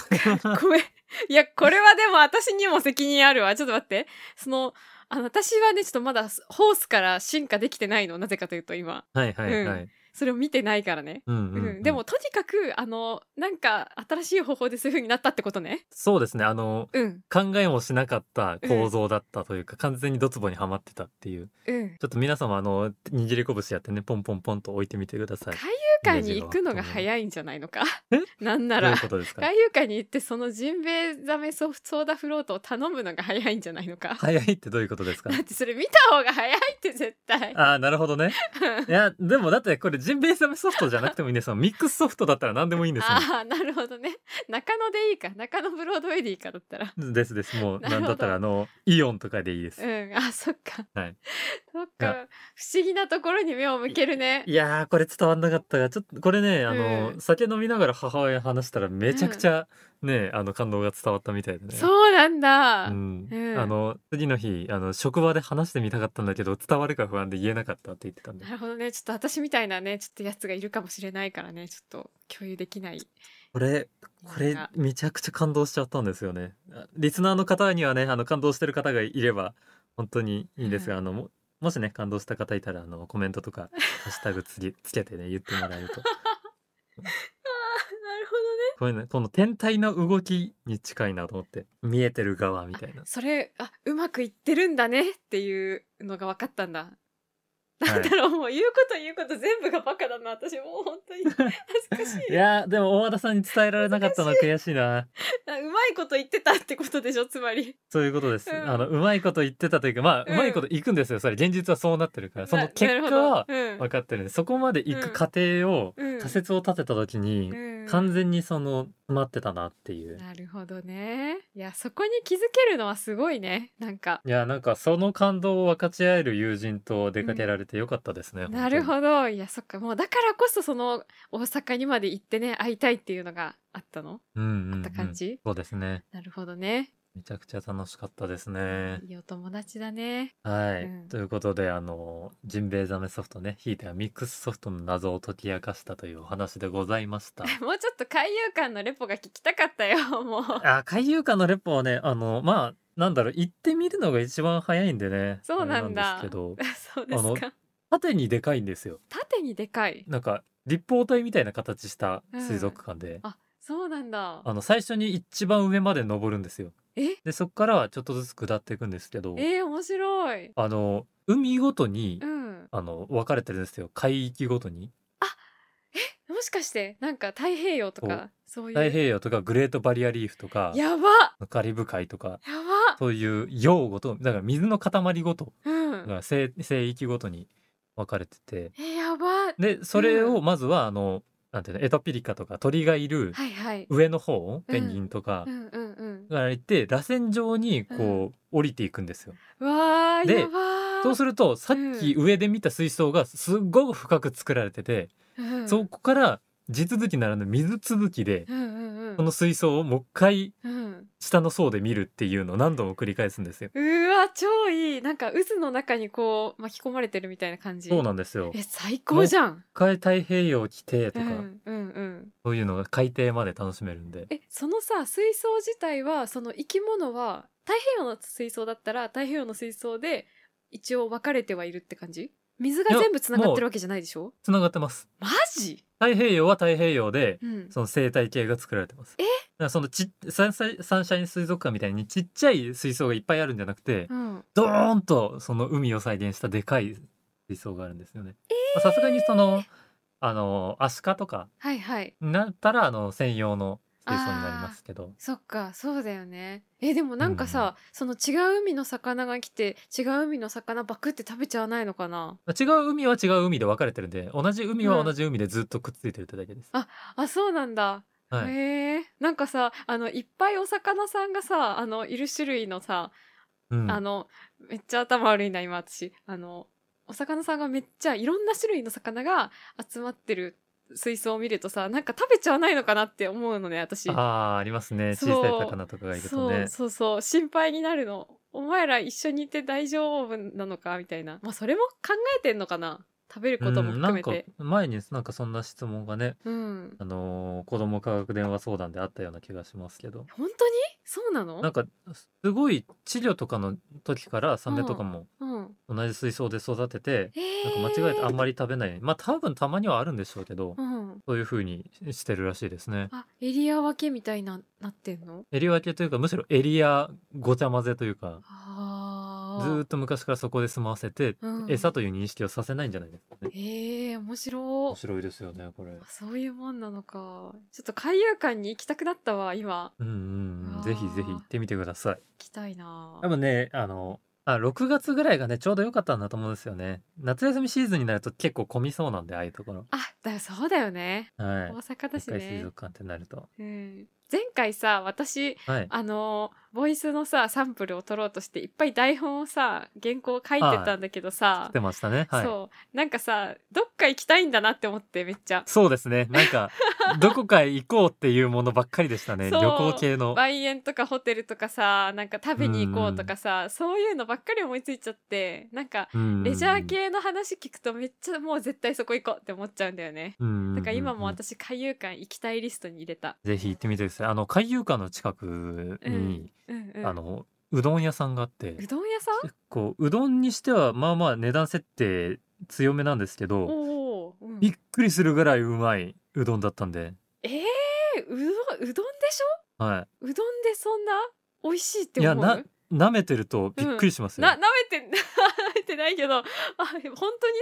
[SPEAKER 1] ごめんいやこれはでも私にも責任あるわちょっと待ってそのあの私はねちょっとまだホースから進化できてないのなぜかというと今
[SPEAKER 2] はいはいはい。
[SPEAKER 1] それを見てないからね
[SPEAKER 2] うんうん
[SPEAKER 1] う
[SPEAKER 2] うん
[SPEAKER 1] ん、でもとにかくあのなんか新しい方法でそういう風になったってことね
[SPEAKER 2] そうですねあの
[SPEAKER 1] うん
[SPEAKER 2] 考えもしなかった構造だったというか、完全にドツボにはまってたっていう
[SPEAKER 1] うん
[SPEAKER 2] ちょっと皆様あの握り拳やってねポンポンポンと置いてみてください。
[SPEAKER 1] 海遊会に行くのが早いんじゃないのかなんな
[SPEAKER 2] どうい
[SPEAKER 1] ら
[SPEAKER 2] うことですか
[SPEAKER 1] 外遊会に行ってそのジンベエザメソフソーダフロートを頼むのが早いんじゃないのか
[SPEAKER 2] 早いってどういうことですか
[SPEAKER 1] だってそれ見た方が早いって絶対
[SPEAKER 2] ああなるほどね。いやでもだってこれジンベエザメソフトじゃなくてもいいんですよミックスソフトだったら何でもいいんですよ。
[SPEAKER 1] ああなるほどね中野でいいか中野ブロードウェイでいいかだったら
[SPEAKER 2] ですです
[SPEAKER 1] (laughs)
[SPEAKER 2] もう
[SPEAKER 1] なるほど
[SPEAKER 2] なんだったらあのイオンとかでいいです。
[SPEAKER 1] うんあそっか、
[SPEAKER 2] はい
[SPEAKER 1] そっ
[SPEAKER 2] い
[SPEAKER 1] か不思議なところに目を向けるね
[SPEAKER 2] いやーこれ伝わんなかったがちょっとこれねあの、
[SPEAKER 1] うん
[SPEAKER 2] 酒飲みながら母親に話したらめちゃくちゃね、あの感動が伝わったみたいでね。
[SPEAKER 1] そうなんだ、
[SPEAKER 2] うん
[SPEAKER 1] うん
[SPEAKER 2] あの次の日あの職場で話してみたかったんだけど伝わるか不安で言えなかったって言ってたんで
[SPEAKER 1] なるほどねちょっと私みたいなねちょっとやつがいるかもしれないからねちょっと共有できない
[SPEAKER 2] これこれ
[SPEAKER 1] (laughs) なんか
[SPEAKER 2] めちゃくちゃ感動しちゃったんですよねあリスナーの方にはねあの感動してる方がいれば本当にいいんですが、
[SPEAKER 1] う
[SPEAKER 2] あのももしね感動した方いたらあのコメントとか「ハッシュタグつけつけてね言ってもらえる (laughs) と
[SPEAKER 1] なる
[SPEAKER 2] これ、ね、この天体の動きに近いなと思って見えてる側みたいな
[SPEAKER 1] それあうまくいってるんだねっていうのが分かったんだなんだろう、もう言うこと言うこと全部がバカだな私もう本当に恥ずかしい
[SPEAKER 2] いやーでも大和田さんに伝えられなかったのは悔しいな
[SPEAKER 1] なうまいこと言ってたってことでしょつまり
[SPEAKER 2] そういうことです、
[SPEAKER 1] うん
[SPEAKER 2] あのうまいこと言ってたというかまあ、う
[SPEAKER 1] うん
[SPEAKER 2] まいこといくんですよそれ現実はそうなってるから (laughs) その
[SPEAKER 1] な
[SPEAKER 2] 結
[SPEAKER 1] なるほ
[SPEAKER 2] 果
[SPEAKER 1] ど
[SPEAKER 2] は
[SPEAKER 1] うん
[SPEAKER 2] 分かってるんでそこまで行く過程を、
[SPEAKER 1] うん
[SPEAKER 2] 仮説を立てた時に、
[SPEAKER 1] うん
[SPEAKER 2] 完全にその詰まってたなっていう、
[SPEAKER 1] なるほどねいやそこに気づけるのはすごいねなんか
[SPEAKER 2] いやなんかその感動を分かち合える友人と出かけられてよかったですね、
[SPEAKER 1] な
[SPEAKER 2] ど
[SPEAKER 1] るほどいやそっかもうだからこそその大阪にまで行ってね会いたいっていうのがあったの
[SPEAKER 2] うんうんうん
[SPEAKER 1] あった感じ
[SPEAKER 2] そうですね
[SPEAKER 1] なるほどね
[SPEAKER 2] めちゃくちゃ楽しかったですね
[SPEAKER 1] いいお友達だね
[SPEAKER 2] はい、
[SPEAKER 1] うん
[SPEAKER 2] ということであのジンベエザメソフトねひいてはミックスソフトの謎を解き明かしたというお話でございました
[SPEAKER 1] (laughs) もうちょっと海遊館のレポが聞きたかったよ (laughs) もう
[SPEAKER 2] あ海遊館のレポはねあのまあなんだろう行ってみるのが一番早いんでね
[SPEAKER 1] そうなんだ
[SPEAKER 2] あれなんですけど
[SPEAKER 1] (laughs) そうですか
[SPEAKER 2] 縦にでかいんですよ
[SPEAKER 1] 縦にでかい
[SPEAKER 2] なんか立方体みたいな形した水族館で、
[SPEAKER 1] あそうなんだ
[SPEAKER 2] あの最初に一番上まで登るんですよ
[SPEAKER 1] え
[SPEAKER 2] でそこからちょっとずつ下っていくんですけど
[SPEAKER 1] えー、面白い
[SPEAKER 2] あの海ごとに、
[SPEAKER 1] うん
[SPEAKER 2] あの分かれてるんですよ海域ごとに
[SPEAKER 1] もしかしてなんか太平洋とかそういう
[SPEAKER 2] 太平洋とかグレートバリアリーフとか
[SPEAKER 1] やば
[SPEAKER 2] カリブ海とか
[SPEAKER 1] やば
[SPEAKER 2] そういう用ごとだから水の塊ごと
[SPEAKER 1] うん
[SPEAKER 2] だから聖聖域ごとに分かれてて
[SPEAKER 1] えやばい
[SPEAKER 2] でそれ
[SPEAKER 1] う
[SPEAKER 2] を
[SPEAKER 1] ん
[SPEAKER 2] まずはあの、なんていうのエトピリカとか鳥がいる
[SPEAKER 1] はいはい
[SPEAKER 2] 上の方、ペンギンとか
[SPEAKER 1] うんうんうん
[SPEAKER 2] から行って螺旋状にこう降りていくんですよ。
[SPEAKER 1] うわー
[SPEAKER 2] で
[SPEAKER 1] やばー
[SPEAKER 2] そうするとさっき上で見た水槽がすっごく深く作られてて、
[SPEAKER 1] うん
[SPEAKER 2] そこから地続きならぬ水続きで、
[SPEAKER 1] うんうんうん
[SPEAKER 2] この水槽をもう一回
[SPEAKER 1] うん
[SPEAKER 2] 下の層で見るっていうのを何度も繰り返すんですよ。
[SPEAKER 1] うわ超いいなんか渦の中にこう巻き込まれてるみたいな感じ
[SPEAKER 2] そうなんですよ。一
[SPEAKER 1] え最高じゃん
[SPEAKER 2] 回太平洋来てと
[SPEAKER 1] う
[SPEAKER 2] か、
[SPEAKER 1] んうんうん
[SPEAKER 2] そういうのが海底まで楽しめるんで。
[SPEAKER 1] えそのさ水槽自体はその生き物は太平洋の水槽だったら太平洋の水槽で一応分かれてはいるって感じ水が全部つながってるわけじゃないでしょ
[SPEAKER 2] 繋がってます。
[SPEAKER 1] マジ
[SPEAKER 2] 太平洋は太平洋で、
[SPEAKER 1] うん
[SPEAKER 2] その生態系が作られてます。だからそのちっサンサイサンシャイン水族館みたいにちっちゃい水槽がいっぱいあるんじゃなくて、
[SPEAKER 1] うん
[SPEAKER 2] ドーンとその海を再現したでかい水槽があるんですよね。まあさすがにその、あの、アシカとか
[SPEAKER 1] はいはい
[SPEAKER 2] になったら、あの、専用の水槽になりますけど。
[SPEAKER 1] そっかそうだよねえでもなんかさ、その違う海の魚が来て違う海の魚バクって食べちゃわないのかな
[SPEAKER 2] まあ違う海は違う海で分かれてるんで、同じ海は同じ海でずっとくっついてるってだけです。
[SPEAKER 1] あそうなんだ、
[SPEAKER 2] はい。
[SPEAKER 1] へえなんかさあのいっぱいお魚さんがさあのいる種類のさ
[SPEAKER 2] うん
[SPEAKER 1] あの、めっちゃ頭悪いな、今私。あの、お魚さんがめっちゃいろんな種類の魚が集まってる水槽を見るとさ、なんか食べちゃわないのかなって思うのね、私。
[SPEAKER 2] あーありますね
[SPEAKER 1] そう
[SPEAKER 2] 小さい魚とかがいると
[SPEAKER 1] そ
[SPEAKER 2] ね
[SPEAKER 1] うそうそう、心配になるの。お前ら一緒にいて大丈夫なのかみたいな。まあ、それも考えてんのかな食べることも
[SPEAKER 2] うんな
[SPEAKER 1] 含
[SPEAKER 2] ん
[SPEAKER 1] め
[SPEAKER 2] か
[SPEAKER 1] て。
[SPEAKER 2] 前になんかそんな質問がね、
[SPEAKER 1] うん。
[SPEAKER 2] あのー子ども科学電話相談であったような気がしますけど
[SPEAKER 1] 本当にそうなの
[SPEAKER 2] なんかすごい稚魚とかの時からサメとかも
[SPEAKER 1] うん。
[SPEAKER 2] 同じ水槽で育てて、
[SPEAKER 1] えー、
[SPEAKER 2] なんか間違えてあんまり食べないまあ多分たまにはあるんでしょうけど、
[SPEAKER 1] うん。
[SPEAKER 2] そういう風にしてるらしいですね。
[SPEAKER 1] あ、エリア分けみたいな、なってんの
[SPEAKER 2] エリ分けというかむしろエリアごちゃ混ぜというか
[SPEAKER 1] ああ。
[SPEAKER 2] ずーっと昔からそこで済ませて、
[SPEAKER 1] うん
[SPEAKER 2] 餌という認識をさせないんじゃないですかね。
[SPEAKER 1] ええー、面白
[SPEAKER 2] 面白いですよねこれ。
[SPEAKER 1] そういうもんなのか。ちょっと海遊館に行きたくなったわ、今。
[SPEAKER 2] うんうんうん、ぜひぜひ行ってみてください。
[SPEAKER 1] 行きたいな
[SPEAKER 2] 多。分ね、あの、あ、6月ぐらいがね、ちょうど良かったんだと思うんですよね。夏休みシーズンになると結構混みそうなんで、ああいうところ。
[SPEAKER 1] あ、だよ、そうだよね。
[SPEAKER 2] は
[SPEAKER 1] 大
[SPEAKER 2] い。
[SPEAKER 1] 阪だし
[SPEAKER 2] 一回水
[SPEAKER 1] ね。
[SPEAKER 2] 族館ってなると。
[SPEAKER 1] うん。前回さ、私、
[SPEAKER 2] はい。
[SPEAKER 1] あのーボイスのさ、サンプルを取ろうとして、いっぱい台本をさ、原稿を書いてたんだけど
[SPEAKER 2] 来
[SPEAKER 1] さ、
[SPEAKER 2] てましたね。はい。そう
[SPEAKER 1] そう、なんかさ、どっか行きたいんだなって思って、めっちゃ。
[SPEAKER 2] ですね。なんか、どこかへ行こうっていうものばっかりでしたね。
[SPEAKER 1] そ
[SPEAKER 2] 旅
[SPEAKER 1] う
[SPEAKER 2] 行系の。
[SPEAKER 1] 梅園とかホテルとかさ、なんか食べに行こうとかさ、そういうのばっかり思いついちゃって、なんか、レジャー系の話聞くとめっちゃもう絶対そこ行こうって思っちゃうんだよね。
[SPEAKER 2] うん。
[SPEAKER 1] だから今
[SPEAKER 2] う
[SPEAKER 1] も
[SPEAKER 2] んうんうん
[SPEAKER 1] 私海遊館行きたいリストに入れた。
[SPEAKER 2] ぜひ行ってみてください。あの、海遊館の近くに、
[SPEAKER 1] うんうん、
[SPEAKER 2] あの、うどん屋さんがあって、
[SPEAKER 1] うどん屋さん
[SPEAKER 2] 結構、うどんにしては、まあまあ値段設定強めなんですけど、
[SPEAKER 1] おお、うん
[SPEAKER 2] びっくりするぐらいうまいうどんだったんで、
[SPEAKER 1] ええうどんうどんでしょ
[SPEAKER 2] は
[SPEAKER 1] うどんでそんな美味しいって
[SPEAKER 2] い。い
[SPEAKER 1] 思
[SPEAKER 2] や
[SPEAKER 1] う
[SPEAKER 2] な舐めてるとびっくりしますよ、
[SPEAKER 1] な、舐め (laughs) て、舐めてないけど、あ、本当に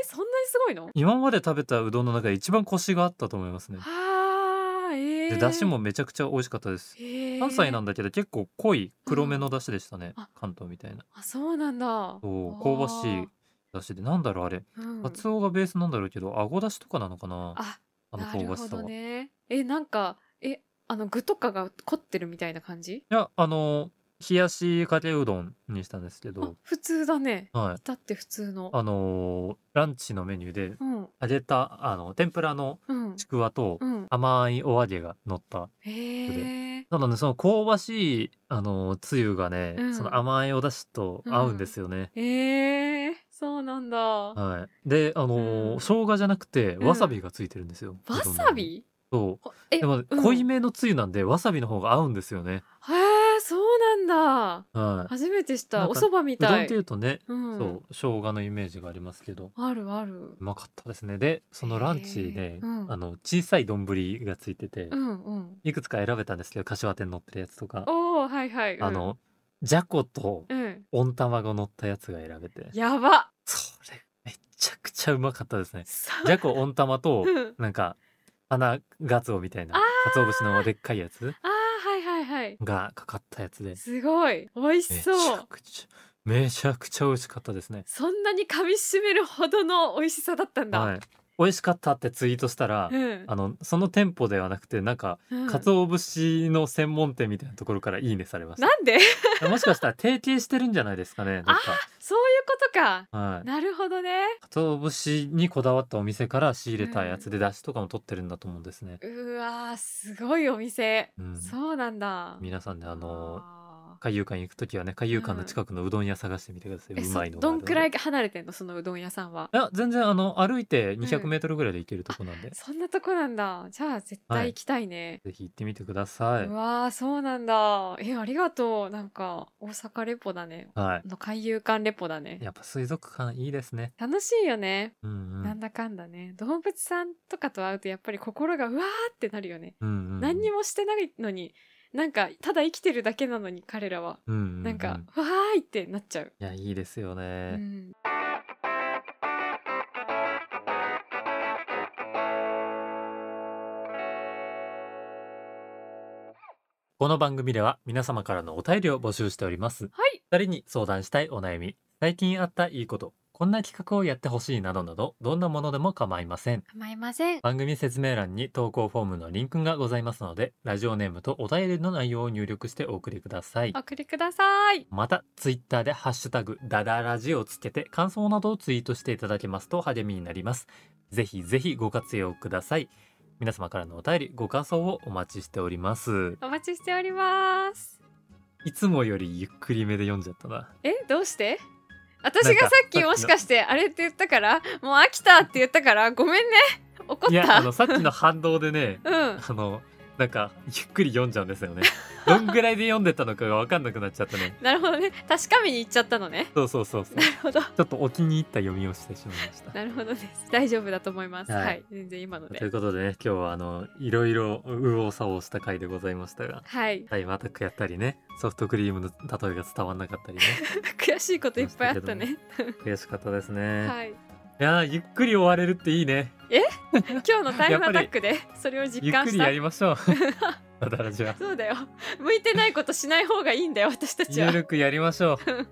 [SPEAKER 1] そんなにすごいの
[SPEAKER 2] 今まで食べたうどんの中で一番コシがあったと思いますね、
[SPEAKER 1] はあ、ええ
[SPEAKER 2] でだしもめちゃくちゃ美味しかったです
[SPEAKER 1] ええ
[SPEAKER 2] 関西なんだけど結構濃い黒目のだしでしたね、
[SPEAKER 1] うんあ
[SPEAKER 2] 関東みたいな
[SPEAKER 1] あ、そうなんだ。
[SPEAKER 2] そう香ばしいだしでなんだろうあれ
[SPEAKER 1] あー。うん
[SPEAKER 2] カツオがベースなんだろうけど顎だしとかなのかな
[SPEAKER 1] あ、
[SPEAKER 2] あの
[SPEAKER 1] な
[SPEAKER 2] 香
[SPEAKER 1] る
[SPEAKER 2] ばし
[SPEAKER 1] ほ
[SPEAKER 2] さは、
[SPEAKER 1] どね。え、なんか、え、あの具とかが凝ってるみたいな感じ
[SPEAKER 2] いやあの冷やしかけうどんにしたんですけ
[SPEAKER 1] あ
[SPEAKER 2] ど、
[SPEAKER 1] 普通だね。
[SPEAKER 2] はい
[SPEAKER 1] だって普通の。
[SPEAKER 2] あのーランチのメニューで
[SPEAKER 1] うん、
[SPEAKER 2] 揚げたあの天ぷらの
[SPEAKER 1] うん、
[SPEAKER 2] ちくわと
[SPEAKER 1] うん。
[SPEAKER 2] 甘いお揚げが乗った
[SPEAKER 1] へえ。
[SPEAKER 2] なのでその香ばしいあのつゆがね、
[SPEAKER 1] うん
[SPEAKER 2] その甘いお出汁と合うんですよね。
[SPEAKER 1] ええ、そうなんだ。わ
[SPEAKER 2] はい、であのー
[SPEAKER 1] うん
[SPEAKER 2] 生姜じゃなくて
[SPEAKER 1] ん
[SPEAKER 2] わさびがついてるんですよ。うどんなの
[SPEAKER 1] さび
[SPEAKER 2] そ
[SPEAKER 1] ほ
[SPEAKER 2] う
[SPEAKER 1] え、
[SPEAKER 2] でも、
[SPEAKER 1] うん
[SPEAKER 2] 濃いめのつゆなんでわさびの方が合うんですよね。
[SPEAKER 1] へえ、そうなんだ。
[SPEAKER 2] はい、
[SPEAKER 1] 初めて知っ
[SPEAKER 2] な
[SPEAKER 1] た。
[SPEAKER 2] ん
[SPEAKER 1] お
[SPEAKER 2] か
[SPEAKER 1] 蕎麦み
[SPEAKER 2] うどんった
[SPEAKER 1] い
[SPEAKER 2] てい。うとね、
[SPEAKER 1] うん。
[SPEAKER 2] そう生姜のイメージがありますけど
[SPEAKER 1] あるある
[SPEAKER 2] う。まかったですね。でそのランチ
[SPEAKER 1] へ
[SPEAKER 2] で、
[SPEAKER 1] ーうん
[SPEAKER 2] あの小さい丼がついてて、
[SPEAKER 1] うんうん。
[SPEAKER 2] いくつか選べたんですけど柏店乗ってるやつとか、
[SPEAKER 1] おおはいはい。うん
[SPEAKER 2] あ、のじゃこと
[SPEAKER 1] うん。
[SPEAKER 2] 温玉が乗ったやつが選べて。
[SPEAKER 1] やば。
[SPEAKER 2] それめちゃくちゃうまかったですね。
[SPEAKER 1] さ
[SPEAKER 2] じゃこ温玉
[SPEAKER 1] (laughs)
[SPEAKER 2] と
[SPEAKER 1] うん
[SPEAKER 2] なんか花ガツオみたいな
[SPEAKER 1] あ
[SPEAKER 2] 鰹節のでっかいやつ
[SPEAKER 1] ああ、はいはいはい。
[SPEAKER 2] がかかったやつです
[SPEAKER 1] ごい。美味
[SPEAKER 2] め
[SPEAKER 1] し
[SPEAKER 2] ち
[SPEAKER 1] そ
[SPEAKER 2] ゃ
[SPEAKER 1] う。
[SPEAKER 2] くちゃめちゃくちゃ美味しかったですね。
[SPEAKER 1] そんなに噛み締めるほどの美味しさだったんだ。
[SPEAKER 2] はい、美味しかったってツイートしたら、
[SPEAKER 1] うん
[SPEAKER 2] あのその店舗ではなくてなんか
[SPEAKER 1] うん。
[SPEAKER 2] 鰹節の専門店みたいなところからいいねされまし
[SPEAKER 1] なんで
[SPEAKER 2] た。もしかしたら提携してるんじゃないですかね。なんか
[SPEAKER 1] そういうことか。
[SPEAKER 2] はい。
[SPEAKER 1] なるほどね。
[SPEAKER 2] 鰹節にこだわったお店から仕入れたやつで出汁とかも取ってるんだと思うんですね。
[SPEAKER 1] うわー、すごいお店。
[SPEAKER 2] うん
[SPEAKER 1] そうなんだ。
[SPEAKER 2] 皆さんねあの
[SPEAKER 1] あー
[SPEAKER 2] 海遊館行くときはね海遊館の近くのうどん屋探してみてください、
[SPEAKER 1] え
[SPEAKER 2] う
[SPEAKER 1] そ
[SPEAKER 2] まいのがあ
[SPEAKER 1] ど
[SPEAKER 2] るの
[SPEAKER 1] ん
[SPEAKER 2] で
[SPEAKER 1] くらい離れてんのそのうどん屋さんは。
[SPEAKER 2] いや全然あの歩いて200
[SPEAKER 1] うん
[SPEAKER 2] メートルぐらいで行けるとこなんで、
[SPEAKER 1] そんなとこなんだ。じゃあ絶対行きたいね。
[SPEAKER 2] ぜひ行ってみてくださいう
[SPEAKER 1] わー、そうなんだ。え、ありがとう。なんか、大阪レポだね。
[SPEAKER 2] はい
[SPEAKER 1] あの海遊館レポだね。
[SPEAKER 2] やっぱ水族館いいですね
[SPEAKER 1] 楽しいよね。
[SPEAKER 2] うんうん
[SPEAKER 1] なんだかんだね動物さんとかと会うとやっぱり心がうわーってなるよね、
[SPEAKER 2] うんうんうん
[SPEAKER 1] 何にもしてないのになんかただ生きてるだけなのに彼らは
[SPEAKER 2] うんうんうん
[SPEAKER 1] なんか、わーいってなっちゃう、
[SPEAKER 2] いやいいですよ
[SPEAKER 1] う
[SPEAKER 2] ね、
[SPEAKER 1] ん、
[SPEAKER 2] この番組では皆様からのお便りを募集しております
[SPEAKER 1] はい
[SPEAKER 2] 二人に相談したいお悩み最近あったいいことこんな企画をやってほしいなどなどどんなものでも構いません
[SPEAKER 1] 構いません
[SPEAKER 2] 番組説明欄に投稿フォームのリンクがございますのでラジオネームとお便りの内容を入力してお送りください
[SPEAKER 1] お送りください
[SPEAKER 2] またツイッターでハッシュタグダダラジをつけて感想などをツイートしていただけますと励みになりますぜひぜひご活用ください皆様からのお便りご感想をお待ちしております
[SPEAKER 1] お待ちしております
[SPEAKER 2] いつもよりゆっくりめで読んじゃったな
[SPEAKER 1] えどうして私がさっ
[SPEAKER 2] なん
[SPEAKER 1] き
[SPEAKER 2] か
[SPEAKER 1] もしかしてあれって言ったからもう飽きたって言ったからごめんね怒
[SPEAKER 2] い
[SPEAKER 1] っ
[SPEAKER 2] や
[SPEAKER 1] た
[SPEAKER 2] あのさっきの反動でね (laughs)
[SPEAKER 1] うん
[SPEAKER 2] あのなんかゆっくり読んじゃうんですよねどんぐらいで読んでたのかが分かんなくなっちゃったね
[SPEAKER 1] なるほどね確かめに行っちゃったのね
[SPEAKER 2] そうそうそう
[SPEAKER 1] (laughs)
[SPEAKER 2] そう
[SPEAKER 1] なるほど
[SPEAKER 2] ちょっとお気に入った読みをしてしまいました。
[SPEAKER 1] なるほどです。大丈夫だと思います。
[SPEAKER 2] は
[SPEAKER 1] はいい、全然今の
[SPEAKER 2] とい
[SPEAKER 1] で
[SPEAKER 2] う。ことでね今日はあのいろいろ右往左往した回でございましたが
[SPEAKER 1] はい、
[SPEAKER 2] タイムアタックやったりねソフトクリームの例えが伝わんなかったり
[SPEAKER 1] (laughs)
[SPEAKER 2] ね
[SPEAKER 1] 悔しいこといっぱいあったね。
[SPEAKER 2] 悔しかったですね、い、
[SPEAKER 1] はい、
[SPEAKER 2] やーゆっくり終われるっていいね
[SPEAKER 1] 今日のタイムアタックで、それを
[SPEAKER 2] ゆ
[SPEAKER 1] 実
[SPEAKER 2] っ
[SPEAKER 1] 感
[SPEAKER 2] く
[SPEAKER 1] し
[SPEAKER 2] り
[SPEAKER 1] た
[SPEAKER 2] や。りまし
[SPEAKER 1] (laughs)
[SPEAKER 2] ょうダダラジは
[SPEAKER 1] そうだよ。向いてないことしない方がいいんだよ、私たち
[SPEAKER 2] ゆ
[SPEAKER 1] は。
[SPEAKER 2] るくやりま
[SPEAKER 1] (laughs)
[SPEAKER 2] しょうこん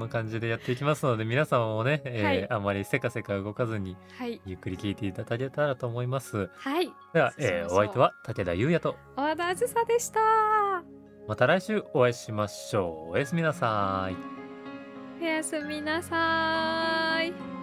[SPEAKER 2] な感じでやっていきますので皆様もね、えー
[SPEAKER 1] はい
[SPEAKER 2] あまりせかせか動かずに
[SPEAKER 1] はい、
[SPEAKER 2] ゆっくり聞いていただけたらと思います
[SPEAKER 1] はい、
[SPEAKER 2] では、
[SPEAKER 1] そうしまし
[SPEAKER 2] え
[SPEAKER 1] ょ
[SPEAKER 2] ー
[SPEAKER 1] う
[SPEAKER 2] お相手は武田優也と
[SPEAKER 1] 小和田あずさでした。
[SPEAKER 2] また来週お会いしましょうおやすみなさい
[SPEAKER 1] おやすみなさーい。